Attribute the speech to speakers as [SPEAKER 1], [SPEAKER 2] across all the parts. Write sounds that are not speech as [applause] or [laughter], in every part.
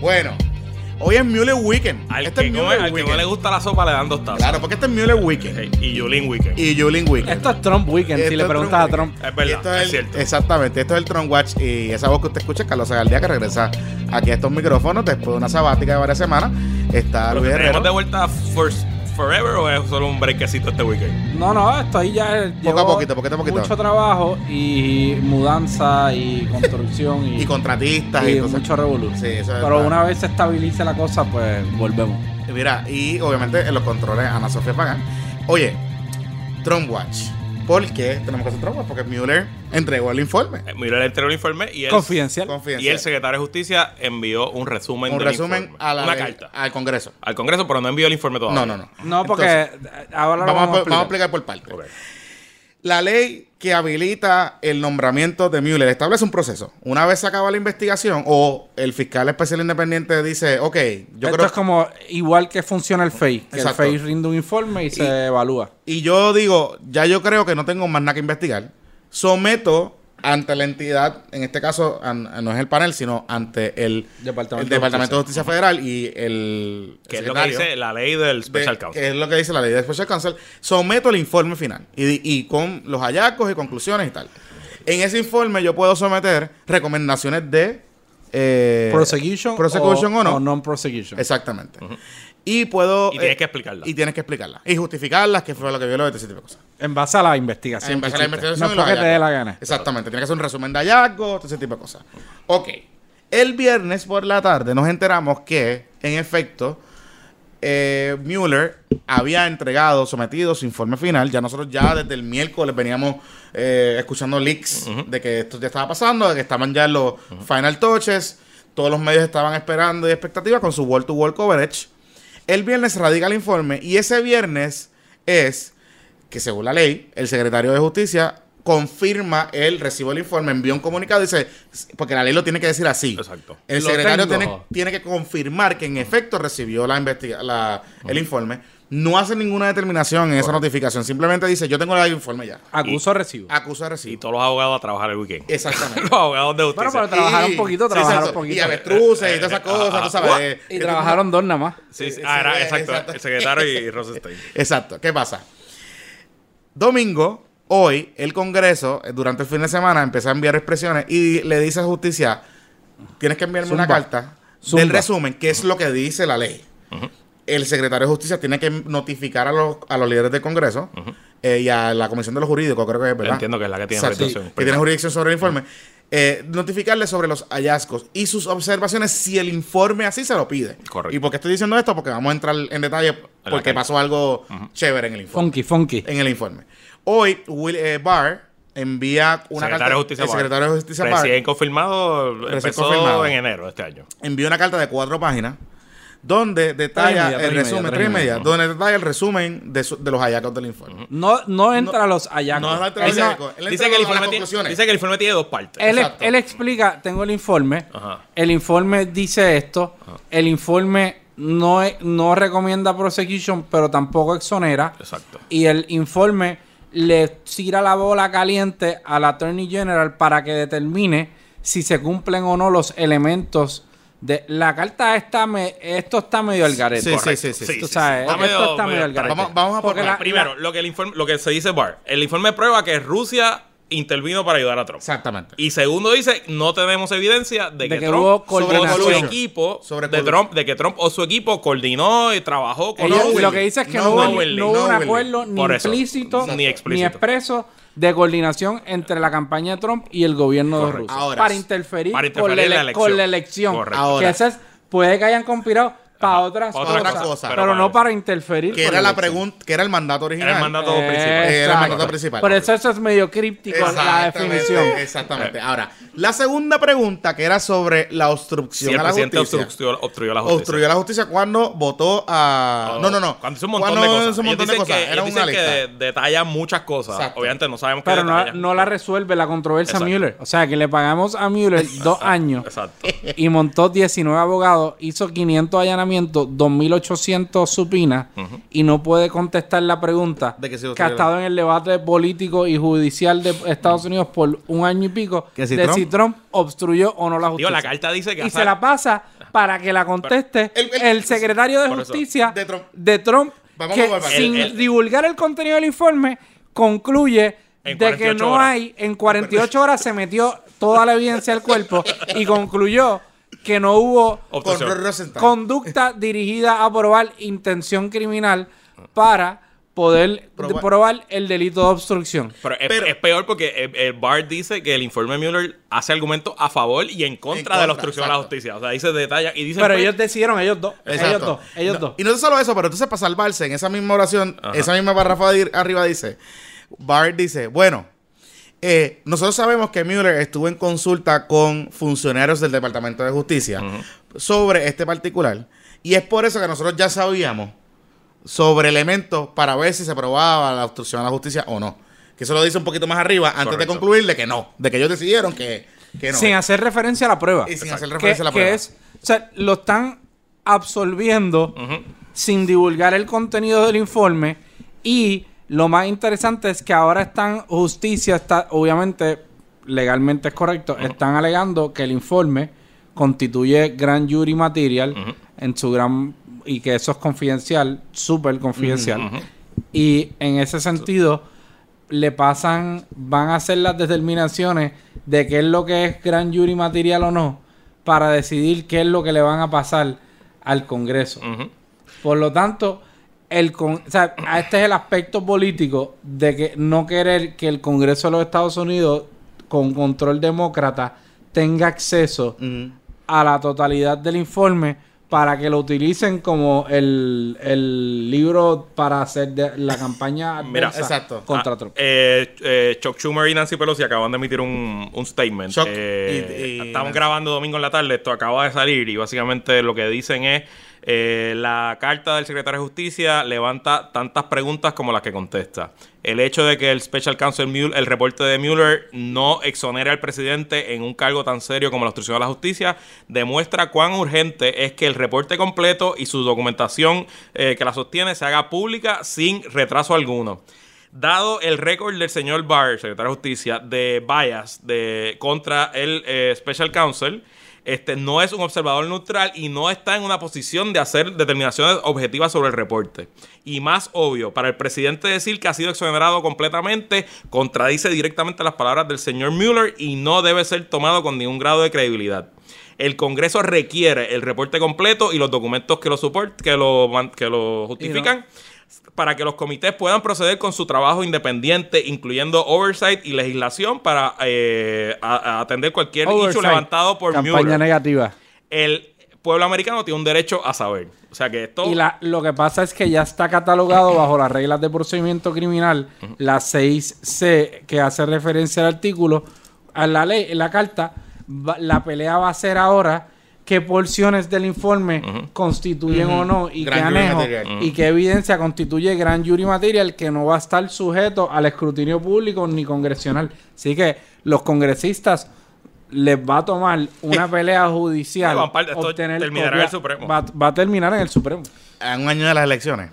[SPEAKER 1] Bueno, hoy es Mueller Weekend.
[SPEAKER 2] Al,
[SPEAKER 1] Este
[SPEAKER 2] que,
[SPEAKER 1] es
[SPEAKER 2] come-
[SPEAKER 1] Mueller
[SPEAKER 2] al que no le
[SPEAKER 1] Weekend.
[SPEAKER 2] gusta la sopa le dan dos tazas.
[SPEAKER 1] Claro, porque este es Mueller Weekend.
[SPEAKER 2] Ok, Y Yulín Weekend.
[SPEAKER 1] Y Julin Weekend.
[SPEAKER 3] Esto es Trump Weekend,
[SPEAKER 1] Esto
[SPEAKER 3] si le
[SPEAKER 1] es
[SPEAKER 3] preguntas a Trump.
[SPEAKER 1] Weekend.
[SPEAKER 2] Es verdad,
[SPEAKER 1] Esto
[SPEAKER 2] es
[SPEAKER 1] el-
[SPEAKER 2] cierto.
[SPEAKER 1] Exactamente, esto es el Tron Watch y esa voz que usted escucha es Carlos Agaldía que regresa aquí a estos micrófonos después de una sabática de varias semanas. Está
[SPEAKER 2] Pero
[SPEAKER 1] Luis
[SPEAKER 2] ¿te
[SPEAKER 1] Herrero.
[SPEAKER 2] ¿Tenemos de vuelta First Forever o es solo un brequecito este weekend?
[SPEAKER 3] No, no, estoy ya.
[SPEAKER 1] Poco a poquito, poquito a poquito.
[SPEAKER 3] Mucho trabajo y mudanza y
[SPEAKER 1] [laughs]
[SPEAKER 3] construcción y,
[SPEAKER 1] Y contratistas y,
[SPEAKER 3] y
[SPEAKER 1] cosas.
[SPEAKER 3] mucho revolución.
[SPEAKER 1] Sí, eso es
[SPEAKER 3] Pero
[SPEAKER 1] verdad.
[SPEAKER 3] una vez se estabilice la cosa, pues volvemos.
[SPEAKER 1] Mira, y obviamente en los controles Ana Sofía Pagán. Oye, Tron Watch. ¿Por qué tenemos que hacer Tron Watch? Porque Mueller entregó el informe.
[SPEAKER 2] Eh, Mira, él entregó el informe y él.
[SPEAKER 3] Confidencial.
[SPEAKER 1] Confidencial.
[SPEAKER 2] Y el secretario de Justicia envió un resumen
[SPEAKER 1] un
[SPEAKER 2] del
[SPEAKER 1] resumen
[SPEAKER 2] informe.
[SPEAKER 1] a la
[SPEAKER 2] Una
[SPEAKER 1] de-
[SPEAKER 2] carta.
[SPEAKER 1] al Congreso.
[SPEAKER 2] Al Congreso, pero no envió el informe
[SPEAKER 1] No,
[SPEAKER 2] todavía.
[SPEAKER 1] no, no.
[SPEAKER 3] No, porque
[SPEAKER 1] Entonces,
[SPEAKER 3] eh, ahora lo
[SPEAKER 1] vamos, a, vamos a
[SPEAKER 3] explicar.
[SPEAKER 1] explicar por parte.
[SPEAKER 2] Ok.
[SPEAKER 1] La ley que habilita el nombramiento de Mueller establece un proceso. Una vez se acaba la investigación o el fiscal especial independiente dice, ok, yo
[SPEAKER 3] Esto
[SPEAKER 1] creo
[SPEAKER 3] es como igual que funciona el FEI. Que
[SPEAKER 1] Exacto.
[SPEAKER 3] el FEI rinde un informe y, se evalúa.
[SPEAKER 1] Y yo digo, ya yo creo que no tengo más nada que investigar. Someto ante la entidad, en este caso an- no es el panel, sino ante el
[SPEAKER 3] Departamento
[SPEAKER 1] el
[SPEAKER 3] de
[SPEAKER 1] Departamento de Justicia Federal y el
[SPEAKER 2] Que es lo que
[SPEAKER 1] secretario
[SPEAKER 2] dice la ley del
[SPEAKER 1] de-
[SPEAKER 2] Special Counsel.
[SPEAKER 1] que es lo que dice la ley de Special Counsel. Someto el informe final y, y con los hallazgos y conclusiones y tal. En ese informe yo puedo someter recomendaciones de... eh,
[SPEAKER 3] prosecution,
[SPEAKER 1] prosecution o, no.
[SPEAKER 3] non-prosecution.
[SPEAKER 1] Exactamente. Y puedo... eh,
[SPEAKER 2] Y tienes que explicarla.
[SPEAKER 1] Y tienes que explicarla. Y justificarlas, que fue lo que violó, este tipo de cosas.
[SPEAKER 3] En base a la investigación.
[SPEAKER 1] Ah, empezar la
[SPEAKER 3] que hiciste.
[SPEAKER 1] investigación y
[SPEAKER 3] No
[SPEAKER 1] los
[SPEAKER 3] es porque te dé la
[SPEAKER 1] hallazgos.
[SPEAKER 3] gana.
[SPEAKER 1] Exactamente, tiene que hacer un resumen de hallazgos, todo ese tipo de cosas. Ok, el viernes por la tarde nos enteramos que, en efecto, eh, Mueller había entregado, sometido su informe final. Ya nosotros ya desde el miércoles veníamos eh, escuchando leaks de que esto ya estaba pasando, de que estaban ya en los final touches. Todos los medios estaban esperando y expectativas con su wall-to-wall coverage. El viernes radica el informe y ese viernes es que según la ley, el secretario de Justicia confirma el recibo del informe, envía un comunicado y dice, porque la ley lo tiene que decir así.
[SPEAKER 2] Exacto.
[SPEAKER 1] El
[SPEAKER 3] Lo
[SPEAKER 1] secretario
[SPEAKER 3] tengo.
[SPEAKER 1] tiene, tiene que confirmar que en efecto recibió la investiga la, el informe. No hace ninguna determinación en esa notificación, simplemente dice, yo tengo el informe ya.
[SPEAKER 3] Acuso recibo.
[SPEAKER 1] Acusa de
[SPEAKER 2] Y
[SPEAKER 1] recibo.
[SPEAKER 2] todos los abogados a trabajar el weekend.
[SPEAKER 1] Eh, Exactamente.
[SPEAKER 2] [laughs] los abogados de justicia.
[SPEAKER 3] Bueno, pero trabajaron
[SPEAKER 1] Y-
[SPEAKER 3] un poquito,
[SPEAKER 1] sí,
[SPEAKER 3] trabajaron
[SPEAKER 1] exacto.
[SPEAKER 3] un poquito.
[SPEAKER 1] Y avestruces y todas
[SPEAKER 2] eh,
[SPEAKER 1] esas cosas, tú
[SPEAKER 2] ah,
[SPEAKER 1] sabes. eh,
[SPEAKER 3] Y
[SPEAKER 1] eh,
[SPEAKER 3] trabajaron dos nada más.
[SPEAKER 2] Sí, sí.
[SPEAKER 1] Sí, sí,
[SPEAKER 2] Ah, era,
[SPEAKER 1] sí,
[SPEAKER 2] exacto.
[SPEAKER 1] exacto.
[SPEAKER 2] El
[SPEAKER 1] [laughs]
[SPEAKER 2] secretario y Rosenstein.
[SPEAKER 1] Exacto. ¿Qué pasa? Domingo, hoy, el Congreso, eh, durante el fin de semana, empieza a enviar expresiones y le dice a justicia, tienes que enviarme una
[SPEAKER 3] Zumba.
[SPEAKER 1] carta
[SPEAKER 3] Zumba.
[SPEAKER 1] del resumen, que es lo que dice la ley. El secretario de Justicia tiene que notificar a los, a los líderes del Congreso eh, y a la Comisión de los Jurídicos, creo que es, ¿verdad?
[SPEAKER 2] Entiendo que es la que tiene
[SPEAKER 1] Exacto,
[SPEAKER 2] jurisdicción.
[SPEAKER 1] que tiene jurisdicción sobre el informe. Eh, notificarle sobre los hallazgos y sus observaciones si el informe así se lo pide.
[SPEAKER 2] Correcto.
[SPEAKER 1] ¿Y por qué estoy diciendo esto? Porque vamos a entrar en detalle
[SPEAKER 2] la
[SPEAKER 1] porque
[SPEAKER 2] carta.
[SPEAKER 1] pasó algo chévere en el informe
[SPEAKER 3] Funky, funky.
[SPEAKER 1] en el informe. Hoy, Will eh, Barr envía una
[SPEAKER 2] secretario
[SPEAKER 1] carta.
[SPEAKER 2] de Justicia
[SPEAKER 1] el
[SPEAKER 2] Barr.
[SPEAKER 1] secretario de Justicia Barr
[SPEAKER 2] Recién confirmado, empezó
[SPEAKER 1] confirmado.
[SPEAKER 2] en enero de este año.
[SPEAKER 1] envió una carta de cuatro páginas donde detalla
[SPEAKER 3] media,
[SPEAKER 1] el
[SPEAKER 3] tres y media,
[SPEAKER 1] resumen,
[SPEAKER 3] tres y
[SPEAKER 1] tres y media,
[SPEAKER 3] media,
[SPEAKER 1] donde detalla el resumen de, su- de los hallazgos del informe.
[SPEAKER 3] No, no entra a los hallazgos.
[SPEAKER 1] No, no entra a
[SPEAKER 3] él,
[SPEAKER 1] los
[SPEAKER 3] no-
[SPEAKER 1] hallazgos. Él entra
[SPEAKER 2] Dice que, el
[SPEAKER 1] a las
[SPEAKER 2] informe tiene,
[SPEAKER 1] conclusiones.
[SPEAKER 2] dice que el informe tiene dos partes.
[SPEAKER 3] él-
[SPEAKER 1] Exacto.
[SPEAKER 3] él explica, tengo el informe.
[SPEAKER 2] Ajá.
[SPEAKER 3] El informe dice esto. El informe no, e- no recomienda prosecution, pero tampoco exonera.
[SPEAKER 2] Exacto.
[SPEAKER 3] Y el informe le tira la bola caliente al Attorney General para que determine si se cumplen o no los elementos de la carta está me, esto está medio al garete.
[SPEAKER 1] Sí, sí,
[SPEAKER 2] Correcto.
[SPEAKER 1] sí, sí.
[SPEAKER 3] Tú sabes,
[SPEAKER 2] Está
[SPEAKER 3] esto
[SPEAKER 2] medio-
[SPEAKER 3] está medio al garete.
[SPEAKER 1] Vamos- vamos a
[SPEAKER 3] Porque
[SPEAKER 1] poner-
[SPEAKER 3] la-
[SPEAKER 2] Primero, lo que, el informe, lo que se dice Barr. El informe prueba que Rusia intervino para ayudar a Trump.
[SPEAKER 1] Exactamente.
[SPEAKER 2] Y segundo dice, no tenemos evidencia de,
[SPEAKER 3] De
[SPEAKER 2] que,
[SPEAKER 3] que
[SPEAKER 2] Trump
[SPEAKER 3] hubo
[SPEAKER 2] sobre
[SPEAKER 3] coordinación.
[SPEAKER 2] su equipo,
[SPEAKER 1] Sobre
[SPEAKER 2] de
[SPEAKER 1] coordinación.
[SPEAKER 2] Trump, de que Trump o su equipo coordinó y trabajó con
[SPEAKER 3] Ellos-
[SPEAKER 1] No,
[SPEAKER 3] lo
[SPEAKER 1] Willy,
[SPEAKER 3] que dice es que
[SPEAKER 1] no,
[SPEAKER 3] no, hubo,
[SPEAKER 2] Willy,
[SPEAKER 3] no hubo
[SPEAKER 1] no,
[SPEAKER 3] un
[SPEAKER 1] Willy.
[SPEAKER 3] acuerdo ni
[SPEAKER 2] Por eso.
[SPEAKER 3] implícito,
[SPEAKER 2] Exacto. Ni
[SPEAKER 3] ni
[SPEAKER 2] explícito.
[SPEAKER 3] expreso de coordinación entre la campaña de Trump y el gobierno de
[SPEAKER 2] Correcto.
[SPEAKER 3] Rusia
[SPEAKER 1] Ahora,
[SPEAKER 3] para interferir,
[SPEAKER 2] para
[SPEAKER 3] con, la
[SPEAKER 2] interferir en la
[SPEAKER 3] ele- con la
[SPEAKER 2] elección.
[SPEAKER 3] elección.
[SPEAKER 2] Correcto.
[SPEAKER 1] Ahora.
[SPEAKER 3] Que esas puede que hayan conspirado para otras,
[SPEAKER 2] para otras
[SPEAKER 3] cosas,
[SPEAKER 1] cosas.
[SPEAKER 3] pero,
[SPEAKER 2] Pero
[SPEAKER 3] no
[SPEAKER 2] para
[SPEAKER 3] para interferir.
[SPEAKER 1] Que
[SPEAKER 3] con
[SPEAKER 1] era la
[SPEAKER 3] elección.
[SPEAKER 1] pregunta, que era el mandato original.
[SPEAKER 2] Era el mandato
[SPEAKER 3] Eh,
[SPEAKER 2] principal.
[SPEAKER 1] Era el
[SPEAKER 3] exacto.
[SPEAKER 1] mandato principal.
[SPEAKER 3] Por eso eso es medio críptico la
[SPEAKER 1] Exactamente,
[SPEAKER 3] definición.
[SPEAKER 1] Exactamente. Ahora, la segunda pregunta que era sobre la obstrucción
[SPEAKER 2] Si el
[SPEAKER 1] a la
[SPEAKER 2] presidente
[SPEAKER 1] justicia.
[SPEAKER 2] obstruyó, obstruyó la justicia.
[SPEAKER 1] obstruyó la justicia cuando votó a.
[SPEAKER 2] Oh,
[SPEAKER 1] No, no, no.
[SPEAKER 2] Cuando hizo un montón
[SPEAKER 1] Cuando
[SPEAKER 2] de cosas.
[SPEAKER 1] hizo un montón de
[SPEAKER 2] Ellos dicen
[SPEAKER 1] cosas.
[SPEAKER 2] que-
[SPEAKER 1] Era
[SPEAKER 2] ellos
[SPEAKER 1] una
[SPEAKER 2] dicen
[SPEAKER 1] lista.
[SPEAKER 2] que de- detallan muchas cosas.
[SPEAKER 1] Exacto.
[SPEAKER 2] Obviamente no sabemos qué
[SPEAKER 3] Pero no,
[SPEAKER 2] detallan.
[SPEAKER 3] no la resuelve la controversia
[SPEAKER 2] Exacto.
[SPEAKER 3] Mueller. O sea, que le pagamos a Mueller dos años
[SPEAKER 1] Eh,
[SPEAKER 3] [laughs]
[SPEAKER 2] Exacto.
[SPEAKER 3] y montó 19 abogados, hizo 500 allanamiento, 2.800 supinas, y no puede contestar la pregunta
[SPEAKER 1] De que si lo
[SPEAKER 3] que ha
[SPEAKER 1] tuvieron.
[SPEAKER 3] estado en el debate político y judicial de Estados Unidos por un año y pico,
[SPEAKER 1] Que si
[SPEAKER 3] de
[SPEAKER 1] Trump-
[SPEAKER 3] si Trump obstruyó o no la justicia.
[SPEAKER 2] Digo, la carta dice que
[SPEAKER 3] y
[SPEAKER 2] hace-
[SPEAKER 3] se la pasa para que la conteste
[SPEAKER 1] Pero-
[SPEAKER 3] el,
[SPEAKER 1] el- el-
[SPEAKER 3] secretario de
[SPEAKER 2] por eso,
[SPEAKER 3] justicia
[SPEAKER 1] de Trump.
[SPEAKER 3] de Trump,
[SPEAKER 1] Vamos
[SPEAKER 3] que
[SPEAKER 1] a volver.
[SPEAKER 3] sin
[SPEAKER 2] El- el-
[SPEAKER 3] divulgar el contenido del informe concluye
[SPEAKER 2] En
[SPEAKER 3] de que
[SPEAKER 2] 48
[SPEAKER 3] no
[SPEAKER 2] horas.
[SPEAKER 3] hay en 48 horas se metió toda la evidencia al cuerpo y concluyó que no hubo
[SPEAKER 1] Con
[SPEAKER 2] Obsesión.
[SPEAKER 1] Ron Rosenthal.
[SPEAKER 3] conducta dirigida a probar intención criminal para poder de-
[SPEAKER 1] Probar.
[SPEAKER 3] probar el delito de obstrucción.
[SPEAKER 2] Pero es,
[SPEAKER 1] Pero-
[SPEAKER 2] es peor porque el, el Barr dice que el informe Mueller hace argumentos a favor y en contra, de la
[SPEAKER 1] contra,
[SPEAKER 2] obstrucción a la
[SPEAKER 1] exacto.
[SPEAKER 2] justicia. O sea, dice detalles y dice.
[SPEAKER 3] Pero
[SPEAKER 2] pues,
[SPEAKER 3] ellos decidieron, ellos dos, ellos
[SPEAKER 1] Exacto.
[SPEAKER 3] dos, ellos
[SPEAKER 1] No,
[SPEAKER 3] dos.
[SPEAKER 1] Y no es solo eso, pero entonces para salvarse en esa misma oración,
[SPEAKER 2] Ajá.
[SPEAKER 1] esa misma párrafo de- arriba dice, Bart dice, bueno, eh, nosotros sabemos que Mueller estuvo en consulta con funcionarios del Departamento de Justicia sobre este particular. Y es por eso que nosotros ya sabíamos sobre elementos para ver si se probaba la obstrucción a la justicia o no. Que eso lo dice un poquito más arriba antes de
[SPEAKER 2] Correcto.
[SPEAKER 1] concluir de que no, de que ellos decidieron que, que no.
[SPEAKER 3] Sin hacer referencia a la prueba.
[SPEAKER 1] y sin hacer
[SPEAKER 3] Que-
[SPEAKER 1] referencia a la
[SPEAKER 3] que
[SPEAKER 1] prueba.
[SPEAKER 3] es, o sea, lo están
[SPEAKER 1] Mm.
[SPEAKER 3] absorbiendo
[SPEAKER 2] ujú.
[SPEAKER 3] sin divulgar el contenido del informe y lo más interesante es que ahora están justicia está obviamente legalmente es correcto, están alegando que el informe constituye gran jury material en su gran y que eso es confidencial, súper confidencial. Y en ese sentido le pasan van a hacer las determinaciones de qué es lo que es gran jury material o no para decidir qué es lo que le van a pasar al Congreso. Por lo tanto, el con- o sea, a este es el aspecto político de que no querer que el Congreso de los Estados Unidos, con control demócrata, tenga acceso
[SPEAKER 1] Ujú.
[SPEAKER 3] a la totalidad del informe para que lo utilicen como el, el libro para hacer de- la campaña
[SPEAKER 2] Mira,
[SPEAKER 3] adversa
[SPEAKER 1] exacto.
[SPEAKER 3] contra
[SPEAKER 2] Ah,
[SPEAKER 3] Trump.
[SPEAKER 2] eh, eh, Chuck Schumer y Nancy Pelosi acaban de emitir un, un statement.
[SPEAKER 1] Chuck
[SPEAKER 2] Eh,
[SPEAKER 1] y- y-
[SPEAKER 2] estamos
[SPEAKER 1] Nancy.
[SPEAKER 2] grabando domingo en la tarde, esto acaba de salir y básicamente lo que dicen es eh, la carta del secretario de Justicia levanta tantas preguntas como las que contesta. El hecho de que el Special Counsel Mueller, el reporte de Mueller no exonere al presidente en un cargo tan serio como la obstrucción a la justicia demuestra cuán urgente es que el reporte completo y su documentación eh, que la sostiene se haga pública sin retraso alguno. Dado el récord del señor Barr, secretario de Justicia, de bias de, contra el eh, Special Counsel, este, no es un observador neutral y no está en una posición de hacer determinaciones objetivas sobre el reporte. Y más obvio, para el presidente decir que ha sido exonerado completamente contradice directamente las palabras del señor Mueller y no debe ser tomado con ningún grado de credibilidad. El Congreso requiere el reporte completo y los documentos que lo, suport- que lo, man- que lo justifican para que los comités puedan proceder con su trabajo independiente, incluyendo oversight y legislación para eh, a- a atender cualquier issue
[SPEAKER 3] Oversight,
[SPEAKER 2] levantado por
[SPEAKER 3] campaña
[SPEAKER 2] Mueller.
[SPEAKER 3] negativa.
[SPEAKER 2] El pueblo americano tiene un derecho a saber. O sea que esto...
[SPEAKER 3] Y la- lo que pasa es que ya está catalogado bajo las reglas de procedimiento criminal, la 6C, que hace referencia al artículo, a la ley, en la carta. va- la pelea va a ser ahora qué porciones del informe constituyen o no y
[SPEAKER 1] Gran
[SPEAKER 3] qué
[SPEAKER 1] jury
[SPEAKER 3] anejo
[SPEAKER 1] material.
[SPEAKER 3] y qué evidencia constituye gran jury material que no va a estar sujeto al escrutinio público ni congresional. Así que los congresistas les va a tomar una pelea judicial.
[SPEAKER 2] Bueno, aparte, esto terminará en el
[SPEAKER 3] copia-
[SPEAKER 2] Supremo.
[SPEAKER 3] va- va a terminar en el Supremo.
[SPEAKER 1] A un año de las elecciones.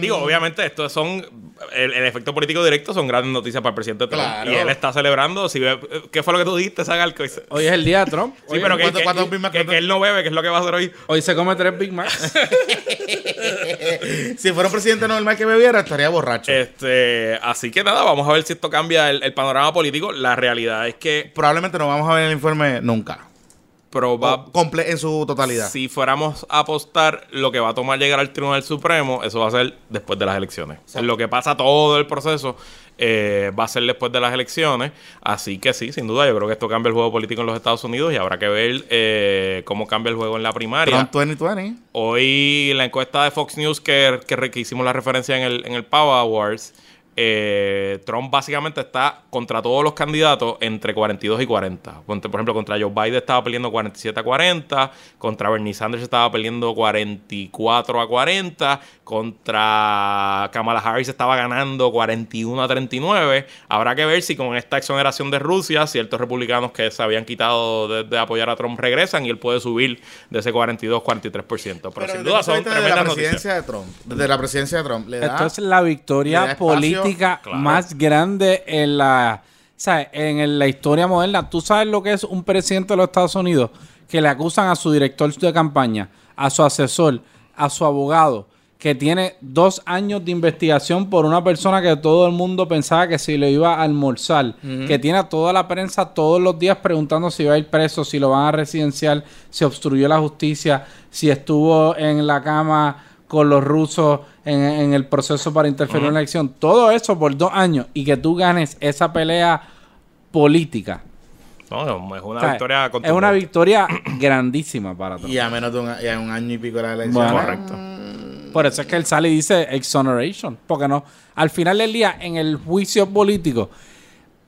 [SPEAKER 2] Digo, obviamente, estos son. El, el efecto político directo son grandes noticias para el presidente Trump.
[SPEAKER 1] Claro.
[SPEAKER 2] Y él está celebrando. Si ve- ¿Qué fue lo que tú dijiste, Sagalco? Sí,
[SPEAKER 3] Hoy es el día de Trump. Hoy,
[SPEAKER 2] pero que,
[SPEAKER 1] ¿cuánto-
[SPEAKER 2] que-
[SPEAKER 1] cuántos Big Mac-
[SPEAKER 2] que- que él no bebe, que es lo que va a hacer hoy.
[SPEAKER 3] hoy se come tres Big Macs.
[SPEAKER 1] si fuera un presidente normal que bebiera, estaría borracho.
[SPEAKER 2] Este, así que nada, vamos a ver si esto cambia el, el panorama político. La realidad es que
[SPEAKER 1] Probablemente no vamos a ver el informe nunca.
[SPEAKER 2] proba-
[SPEAKER 1] O comple- en su totalidad.
[SPEAKER 2] si fuéramos a apostar lo que va a tomar llegar al Tribunal Supremo, eso va a ser después de las elecciones. Lo que pasa todo el proceso eh, va a ser después de las elecciones. Así que sí, sin duda, yo creo que esto cambia el juego político en los Estados Unidos y habrá que ver eh, cómo cambia el juego en la primaria.
[SPEAKER 1] Trump 2020.
[SPEAKER 2] Hoy la encuesta de Fox News que, que, re- que hicimos la referencia en el, en el Power Awards eh, Trump básicamente está contra todos los candidatos entre 42 y 40. Contra- por ejemplo, contra Joe Biden estaba peleando 47 a 40, contra Bernie Sanders estaba peleando 44 a 40, contra Kamala Harris estaba ganando 41 a 39. Habrá que ver si con esta exoneración de Rusia, ciertos republicanos que se habían quitado de, de apoyar a Trump regresan y él puede subir de ese 42, 42-43%. Pero,
[SPEAKER 1] Pero
[SPEAKER 2] sin
[SPEAKER 1] desde
[SPEAKER 2] duda
[SPEAKER 1] el punto de vista
[SPEAKER 2] son
[SPEAKER 1] de la
[SPEAKER 2] tremendas noticias.
[SPEAKER 1] presidencia de Trump. Desde la presidencia de Trump. Le da,
[SPEAKER 3] Esto es la
[SPEAKER 1] le da
[SPEAKER 3] victoria
[SPEAKER 1] espacio,
[SPEAKER 3] política
[SPEAKER 2] claro.
[SPEAKER 3] más grande en la, ¿sabes? en el- la historia moderna. Tú sabes lo que es un presidente de los Estados Unidos que le acusan a su director de campaña, a su asesor, a su abogado, que tiene dos años de investigación por una persona que todo el mundo pensaba que si le iba a almorzar, que tiene a toda la prensa todos los días preguntando si va a ir preso, si lo van a residenciar, si obstruyó la justicia, si estuvo en la cama con los rusos en, en el proceso para interferir en la elección. Todo eso por dos años y que tú ganes esa pelea política.
[SPEAKER 2] No, no, es una
[SPEAKER 3] O sea,
[SPEAKER 2] victoria
[SPEAKER 3] es una
[SPEAKER 2] contundente.
[SPEAKER 3] victoria [clears throat] grandísima para Trump.
[SPEAKER 1] Y a menos de un, y a un año y pico de la elección.
[SPEAKER 3] Bueno.
[SPEAKER 2] Correcto.
[SPEAKER 3] Mm, Por eso es que él sale y dice exoneration. Porque no, al final del día, en el juicio político,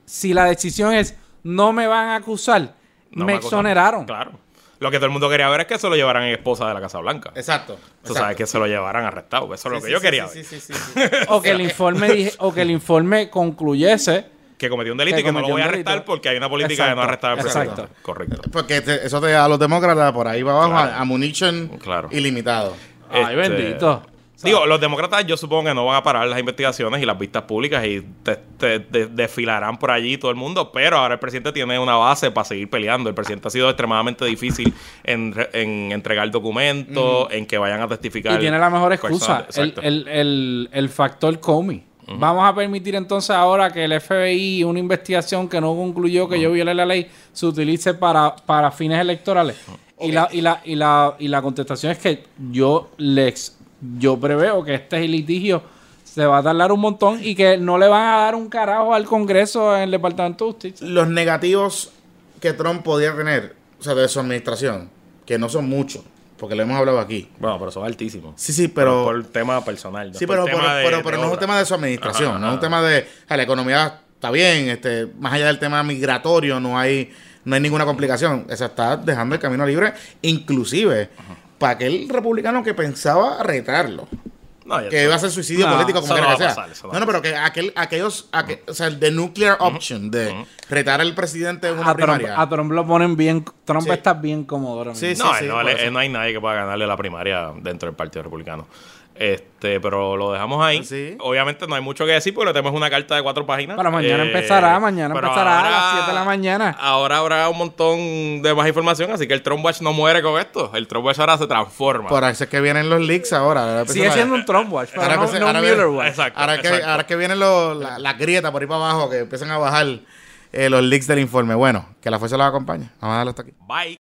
[SPEAKER 3] si la decisión es no me van a acusar,
[SPEAKER 2] No
[SPEAKER 3] me
[SPEAKER 2] acusan.
[SPEAKER 3] exoneraron.
[SPEAKER 2] Claro. Lo que todo el mundo quería ver es que se lo llevaran en esposa de la Casa Blanca.
[SPEAKER 1] Exacto.
[SPEAKER 2] Tú sabes que se lo llevaran arrestado. Eso es lo que yo quería ver.
[SPEAKER 3] O que el informe dije- o que el informe concluyese
[SPEAKER 2] Que cometió un delito y
[SPEAKER 3] Que
[SPEAKER 2] que no lo
[SPEAKER 3] cometió
[SPEAKER 2] voy a
[SPEAKER 3] un
[SPEAKER 2] arrestar
[SPEAKER 3] delito.
[SPEAKER 2] porque hay una política de no
[SPEAKER 3] Exacto,
[SPEAKER 2] arrestar al presidente.
[SPEAKER 3] exacto.
[SPEAKER 2] Correcto.
[SPEAKER 1] [laughs] Porque te- eso te da a los demócratas por ahí para abajo
[SPEAKER 2] Claro.
[SPEAKER 1] a, a munition
[SPEAKER 2] Claro.
[SPEAKER 1] ilimitado.
[SPEAKER 2] Este,
[SPEAKER 3] Ay, bendito.
[SPEAKER 2] Digo, los demócratas yo supongo que no van a parar las investigaciones y las vistas públicas y te- te- de- desfilarán por allí todo el mundo, pero ahora el presidente tiene una base para seguir peleando. El presidente ha sido extremadamente difícil en, re- en entregar documentos, en que vayan a testificar.
[SPEAKER 3] Y tiene la mejor excusa,
[SPEAKER 2] personas.
[SPEAKER 3] el,
[SPEAKER 2] Exacto.
[SPEAKER 3] el- el- el factor Comey. Vamos a permitir entonces ahora que el FBI, una investigación que no concluyó que yo violé la ley, se utilice para, para fines electorales. Y, la, y, la, y, la, y la contestación es que yo les yo preveo que este litigio se va a tardar un montón y que no le van a dar un carajo al Congreso en el Departamento de Justicia.
[SPEAKER 1] Los negativos que Trump podía tener, o sea, de su administración, que no son muchos, porque lo hemos hablado aquí.
[SPEAKER 2] Bueno, pero eso es altísimo.
[SPEAKER 1] Sí, sí, pero.
[SPEAKER 2] por tema personal.
[SPEAKER 1] sí, pero,
[SPEAKER 2] por tema
[SPEAKER 1] pero-
[SPEAKER 2] de-
[SPEAKER 1] pero-
[SPEAKER 2] de
[SPEAKER 1] pero no es un
[SPEAKER 2] obra.
[SPEAKER 1] tema de su administración,
[SPEAKER 2] Ajá,
[SPEAKER 1] no es un
[SPEAKER 2] ajá.
[SPEAKER 1] tema de. o sea, la economía está bien, este, más allá del tema migratorio, no hay, no hay ninguna complicación. Esa está dejando el camino libre, inclusive para aquel republicano que pensaba retarlo.
[SPEAKER 2] No, ya
[SPEAKER 1] que
[SPEAKER 2] está.
[SPEAKER 1] iba a ser suicidio
[SPEAKER 3] No,
[SPEAKER 1] político
[SPEAKER 2] eso
[SPEAKER 1] como
[SPEAKER 2] no
[SPEAKER 1] quiera
[SPEAKER 2] va
[SPEAKER 1] que
[SPEAKER 2] a
[SPEAKER 1] sea.
[SPEAKER 2] pasar, eso
[SPEAKER 1] no,
[SPEAKER 2] no va
[SPEAKER 1] no, pero que aquel, aquellos, aquel- o sea, el de nuclear option de retar al presidente en una
[SPEAKER 3] A Trump,
[SPEAKER 1] primaria.
[SPEAKER 3] a Trump lo ponen bien, Trump
[SPEAKER 1] Sí.
[SPEAKER 3] está bien cómodo. ahora
[SPEAKER 1] Sí,
[SPEAKER 3] mismo.
[SPEAKER 2] No,
[SPEAKER 1] sí,
[SPEAKER 2] no,
[SPEAKER 1] por
[SPEAKER 2] le- eh,
[SPEAKER 1] eso.
[SPEAKER 2] no hay nadie que pueda ganarle la primaria dentro del Partido Republicano. Este, pero lo dejamos ahí.
[SPEAKER 1] Sí.
[SPEAKER 2] Obviamente no hay mucho que decir porque tenemos una carta de cuatro páginas. Eh,
[SPEAKER 3] Pero mañana empezará, mañana
[SPEAKER 2] pero
[SPEAKER 3] empezará a
[SPEAKER 2] ahora-
[SPEAKER 3] las siete de la mañana.
[SPEAKER 2] Ahora habrá un montón de más información, así que el Trump Watch no muere con esto. El Trump Watch ahora se transforma.
[SPEAKER 1] Por eso es que vienen los leaks ahora. Ahora empieza
[SPEAKER 3] Sigue
[SPEAKER 1] la-
[SPEAKER 3] siendo un Trump watch, pero
[SPEAKER 1] Ahora
[SPEAKER 3] no,
[SPEAKER 1] empecé-
[SPEAKER 3] no un
[SPEAKER 1] ahora ve-
[SPEAKER 3] Mueller watch.
[SPEAKER 2] Exacto,
[SPEAKER 1] ahora es que,
[SPEAKER 2] exacto.
[SPEAKER 1] ahora es que vienen los- la- las grietas por ahí para abajo, que empiezan a bajar eh, los leaks del informe. Bueno, que la fuerza los acompañe. Vamos a darlo hasta aquí.
[SPEAKER 2] Bye.